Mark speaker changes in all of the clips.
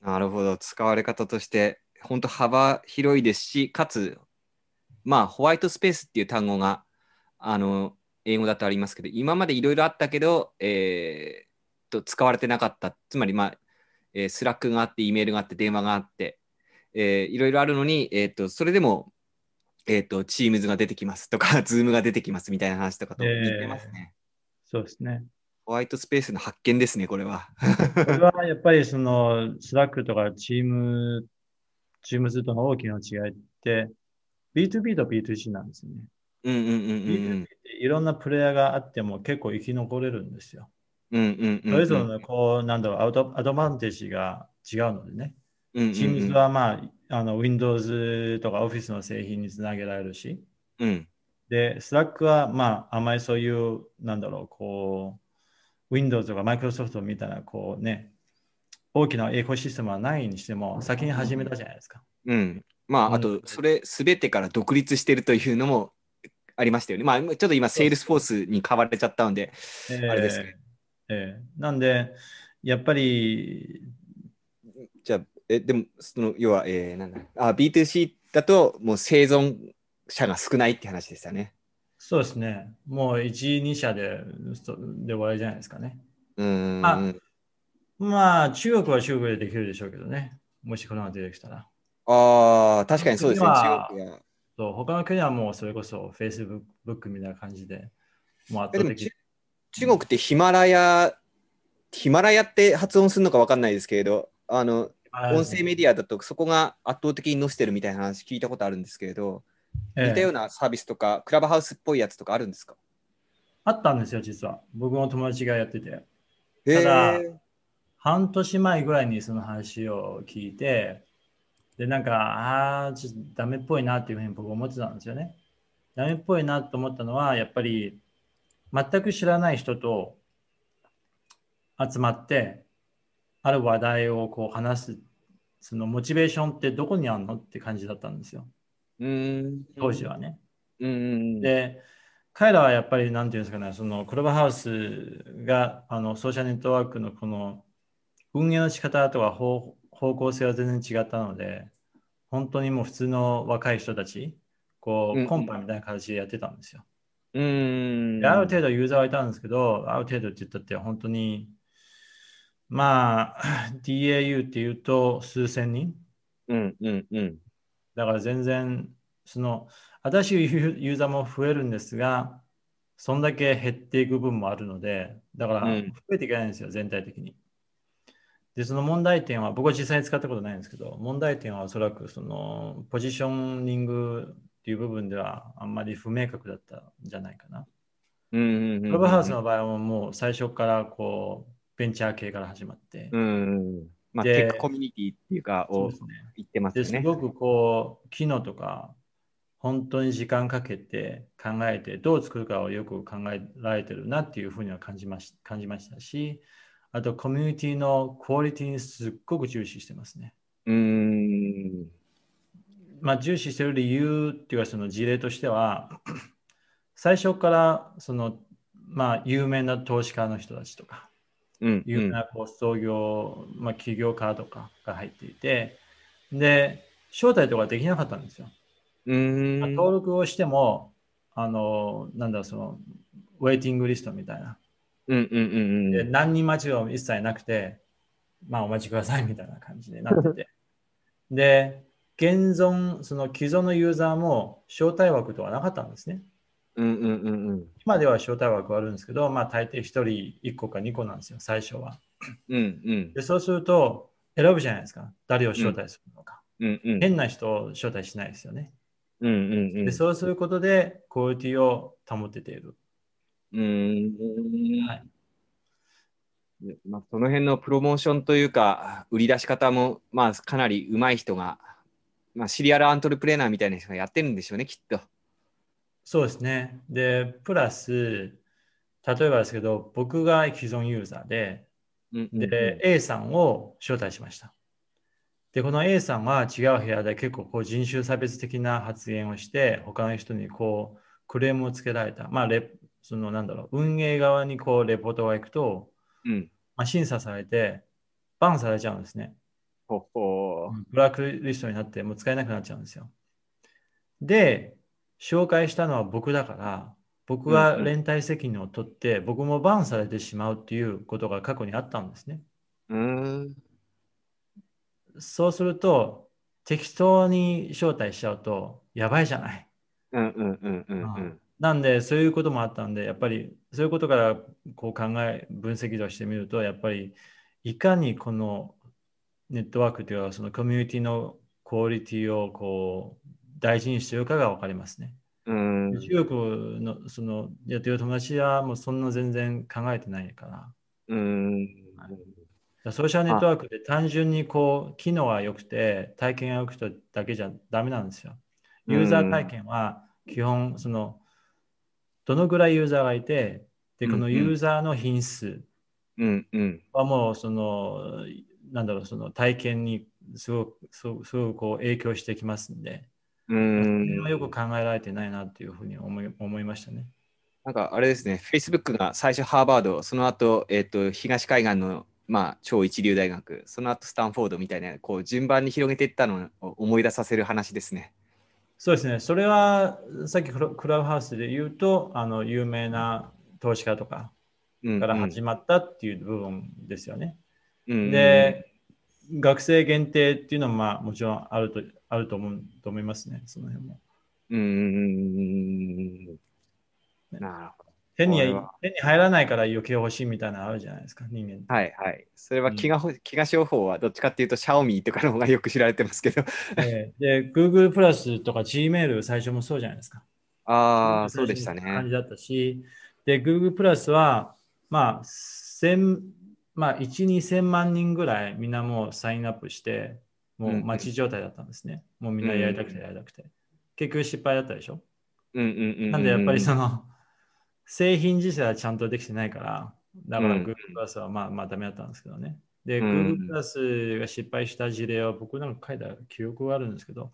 Speaker 1: なるほど。使われ方として、本当幅広いですし、かつ、まあ、ホワイトスペースっていう単語が、あの、英語だとありますけど、今までいろいろあったけど、えー、と、使われてなかった。つまり、まあ、えー、スラックがあって、E メールがあって、電話があって、えー、いろいろあるのに、えー、と、それでも、えっ、ー、と、Teams が出てきますとか、Zoom が出てきますみたいな話とかと似てますね、
Speaker 2: えー。そうですね。
Speaker 1: ホワイトスペースの発見ですね、これは。
Speaker 2: これはやっぱりその、スラックとかチーム、チームズとの大きな違いって、B2B と B2C なんですよね。
Speaker 1: うんうんうんうん、うん、B2B
Speaker 2: っていろんなプレイヤーがあっても結構生き残れるんですよ。
Speaker 1: うんうんうん、うん、
Speaker 2: それぞれのこう、なんだろう、アドアドバンテージが違うのでね。うんうんうん、Teams はまあ、あの Windows とか Office の製品につなげられるし、
Speaker 1: うん、
Speaker 2: で、Slack は、まあ、あまりそういう、なんだろう、こう、Windows とか Microsoft みたいな、こうね、大きなエコシステムはないにしても、先に始めたじゃないですか。
Speaker 1: うん。うん、まあ、あと、それ、すべてから独立してるというのもありましたよね。まあ、ちょっと今、セールスフォースに買われちゃったので、えー、あれですね。
Speaker 2: えー、なんで、やっぱり、
Speaker 1: じゃあ、えでもその要は、えー、なんだあ B2C だともう生存者が少ないって話でしたね。
Speaker 2: そうですね。もう1、2社でで終わりじゃないですかね。
Speaker 1: うん
Speaker 2: まあ、まあ、中国は中国でできるでしょうけどね。もしこのが出てきたら。
Speaker 1: ああ、確かにそうですね。中
Speaker 2: 国は。そう他の国はもうそれこそ Facebook みたいな感じで。もう圧倒的
Speaker 1: 中国ってヒマラヤ、ヒマラヤって発音するのか分かんないですけれど、あの音声メディアだとそこが圧倒的に載せてるみたいな話聞いたことあるんですけれど、似たようなサービスとか、ええ、クラブハウスっぽいやつとかあるんですか
Speaker 2: あったんですよ、実は。僕の友達がやってて。ただ、半年前ぐらいにその話を聞いて、で、なんか、ああ、ちょっとダメっぽいなっていうふうに僕思ってたんですよね。ダメっぽいなと思ったのは、やっぱり、全く知らない人と集まって、ある話題をこう話すそのモチベーションってどこにあるのって感じだったんですよ。
Speaker 1: うん
Speaker 2: 当時はね。
Speaker 1: うん
Speaker 2: で彼らはやっぱり何て言うんですかねそのクラブハウスがあのソーシャルネットワークのこの運営の仕方とか方向性は全然違ったので本当にもう普通の若い人たちこう、うん、コンパみたいな形でやってたんですよ。
Speaker 1: うん
Speaker 2: ある程度ユーザーはいたんですけどある程度って言ったって本当にまあ、DAU っていうと数千人。
Speaker 1: うんうんうん。
Speaker 2: だから全然、その、新しいユーザーも増えるんですが、そんだけ減っていく分もあるので、だから増えていけないんですよ、うん、全体的に。で、その問題点は、僕は実際に使ったことないんですけど、問題点はおそらく、その、ポジショニングっていう部分では、あんまり不明確だったんじゃないかな。
Speaker 1: うんうんうんうん、ク
Speaker 2: ラブハウスの場合はもう最初からこう、ベンチャー系から始まって。
Speaker 1: うん。まあ、テックコミュニティっていうか、を言ってますね。
Speaker 2: すねすごくこう、機能とか、本当に時間かけて考えて、どう作るかをよく考えられてるなっていうふうには感じまし感じましたし、あとコミュニティのクオリティにすっごく重視してますね。
Speaker 1: うん。
Speaker 2: まあ、重視してる理由っていうか、その事例としては、 最初から、その、まあ、有名な投資家の人たちとか、
Speaker 1: うん
Speaker 2: 有名なこう創業、まあ、起業家とかが入っていて、で、招待とかできなかったんですよ。
Speaker 1: うん
Speaker 2: まあ、登録をしても、あの、なんだその、ウェイティングリストみたいな。
Speaker 1: うんうんうんうん、
Speaker 2: で何人待ちは一切なくて、まあお待ちくださいみたいな感じでなって て。で、現存、その既存のユーザーも招待枠とかなかったんですね。
Speaker 1: うんうんうんうん、
Speaker 2: 今では招待枠はあるんですけど、まあ、大抵1人1個か2個なんですよ、最初は。
Speaker 1: うんうん、
Speaker 2: でそうすると、選ぶじゃないですか、誰を招待するのか。
Speaker 1: うんうん、
Speaker 2: 変な人を招待しないですよね。
Speaker 1: うんうんうん、
Speaker 2: でそうすることで、クオリティを保てている。
Speaker 1: うん
Speaker 2: はい
Speaker 1: まあ、その辺のプロモーションというか、売り出し方も、まあ、かなり上手い人が、まあ、シリアルアントレプレーナーみたいな人がやってるんでしょうね、きっと。
Speaker 2: そうですね。で、プラス、例えばですけど、僕が既存ユーザーで、
Speaker 1: うん
Speaker 2: うんうん、で、A さんを招待しました。で、この A さんは違う部屋で結構こう人種差別的な発言をして、他の人にこうクレームをつけられた。まあ、レそのなんだろう、運営側にこうレポートが行くと、
Speaker 1: うん、
Speaker 2: まあ、審査されて、バンされちゃうんですね。
Speaker 1: ほほ
Speaker 2: うんブラックリストになってもう使えなくなっちゃうんですよ。で、紹介したのは僕だから、僕が
Speaker 1: うんうん
Speaker 2: 連帯責任を取って、僕もバンされてしまうっていうことが過去にあったんですね。
Speaker 1: うーん。
Speaker 2: そうすると、適当に招待しちゃうと、やばいじゃない。
Speaker 1: うんうんうんうんうん。
Speaker 2: なんで、そういうこともあったんで、やっぱり、そういうことからこう考え、分析としてみると、やっぱり、いかにこのネットワークというか、そのコミュニティのクオリティをこう大事にしているかが分かりますね。
Speaker 1: うん
Speaker 2: 中国のそのやってる友達はもうそんな全然考えてないから。だか
Speaker 1: うん。
Speaker 2: らソーシャルネットワークって単純にこう、機能が良くて、体験が良くてだけじゃダメなんですよ。ユーザー体験は基本そのどのぐらいユーザーがいてで
Speaker 1: うん
Speaker 2: このユーザーの品質
Speaker 1: うんうん。
Speaker 2: はもうそのなんだろうその体験にすごくすごくすごくこう影響してきますんで
Speaker 1: う
Speaker 2: そ
Speaker 1: ん
Speaker 2: れはよく考えられてないなっていうふうに思い思いましたね。
Speaker 1: なんかあれですね、Facebook が最初ハーバード、その後、えっと東海岸の、まあ、超一流大学、その後スタンフォードみたいな、こう順番に広げていったのを思い出させる話ですね。
Speaker 2: そうですねそれはさっきクラクラブハウスで言うとあの有名な投資家とか
Speaker 1: うん
Speaker 2: から始まったっていう部分ですよね。
Speaker 1: うん
Speaker 2: で、学生限定っていうのも、まあ、もちろんあるとあると思うと思いますね、その辺も。
Speaker 1: うんうんなるほ
Speaker 2: 手に
Speaker 1: これは
Speaker 2: 手に入らないから余計欲しいみたいなのあるじゃないですか、人間って
Speaker 1: ど。はいはい。それは飢餓,、飢餓商法はどっちかっていうと、シャオミとかの方がよく知られてますけど。
Speaker 2: で、で Google プラスとか Gmail 最初もそうじゃないですか。
Speaker 1: ああ、そうでした
Speaker 2: 感
Speaker 1: ね。
Speaker 2: じだったし、で、Google プラスは、まあ、千まあ、1、2000万人ぐらいみんなもうサインアップして、もう待ち状態だったんですね。もうみんなやりたくてやりたくて。結局失敗だったでしょ。
Speaker 1: うんうんうんうん。
Speaker 2: なんでやっぱりそ
Speaker 1: の。
Speaker 2: の製品自体はちゃんとできてないから、だから
Speaker 1: うん
Speaker 2: Google プラスはまあまあダメだったんですけどね。で、
Speaker 1: うん
Speaker 2: Google プラスが失敗した事例は僕なんか書いた記憶があるんですけど、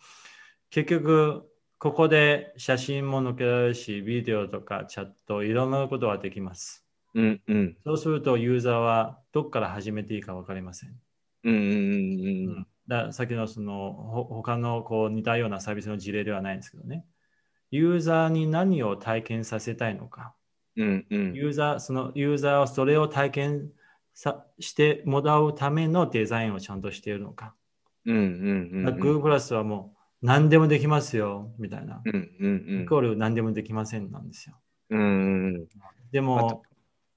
Speaker 2: 結局ここで写真も載っけられるし、ビデオとかチャット、いろんなことができます。
Speaker 1: うんうん。
Speaker 2: そうするとユーザーはどこから始めていいか分かりません。
Speaker 1: うんうんう
Speaker 2: うん
Speaker 1: うん
Speaker 2: ん、ださっきのそのほ他のこう似たようなサービスの事例ではないんですけどね。ユーザーに何を体験させたいのか。
Speaker 1: うんうん。
Speaker 2: ユーザー、そのユーザーはそれを体験さしてもらうためのデザインをちゃんとしているのか。
Speaker 1: うんうんうんうん。
Speaker 2: Google プラスはもう何でもできますよ、みたいな
Speaker 1: う。んうんうん
Speaker 2: イコール何でもできませんなんですよ。
Speaker 1: うんうんうん。
Speaker 2: で
Speaker 1: あ
Speaker 2: も
Speaker 1: と、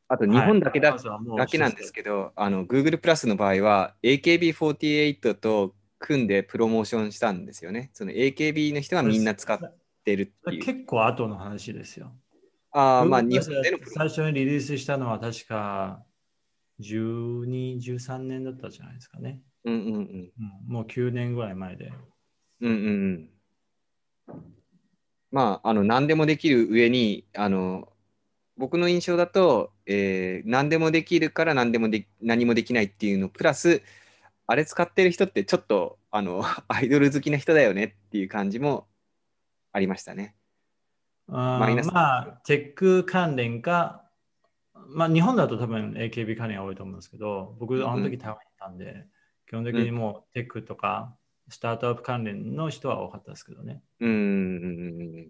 Speaker 1: あと日本だけだ,、
Speaker 2: はい Google はもう
Speaker 1: だけなんですけど、あの Google プラスの場合は AKB48 と組んでプロモーションしたんですよね。その AKB の人がみんな使ってるっていう。
Speaker 2: 結構後の話ですよ。
Speaker 1: ああ、まあ
Speaker 2: Google
Speaker 1: 日本での
Speaker 2: プ
Speaker 1: プ
Speaker 2: ラス
Speaker 1: ロ
Speaker 2: 最初にリリースしたのは確か12、13年だったじゃないですかね。
Speaker 1: うんうんうん
Speaker 2: うんもう9年ぐらい前で。
Speaker 1: うんうんうん。まあ、あの何でもできる上にあの僕の印象だと、えー何でもできるから何でもで何もできないっていうのプラスあれ使ってる人ってちょっとあの アイドル好きな人だよねっていう感じもありましたね。
Speaker 2: マ
Speaker 1: イナス
Speaker 2: まあ、テック関連か、まあ、日本だと多分 AKB 関連が多いと思うんですけど、僕、あの
Speaker 1: うんう
Speaker 2: 時台湾にいたんで、基本的にもうテックとか、スタートアップ関連の人は多かったですけどね。
Speaker 1: うんうんうんうん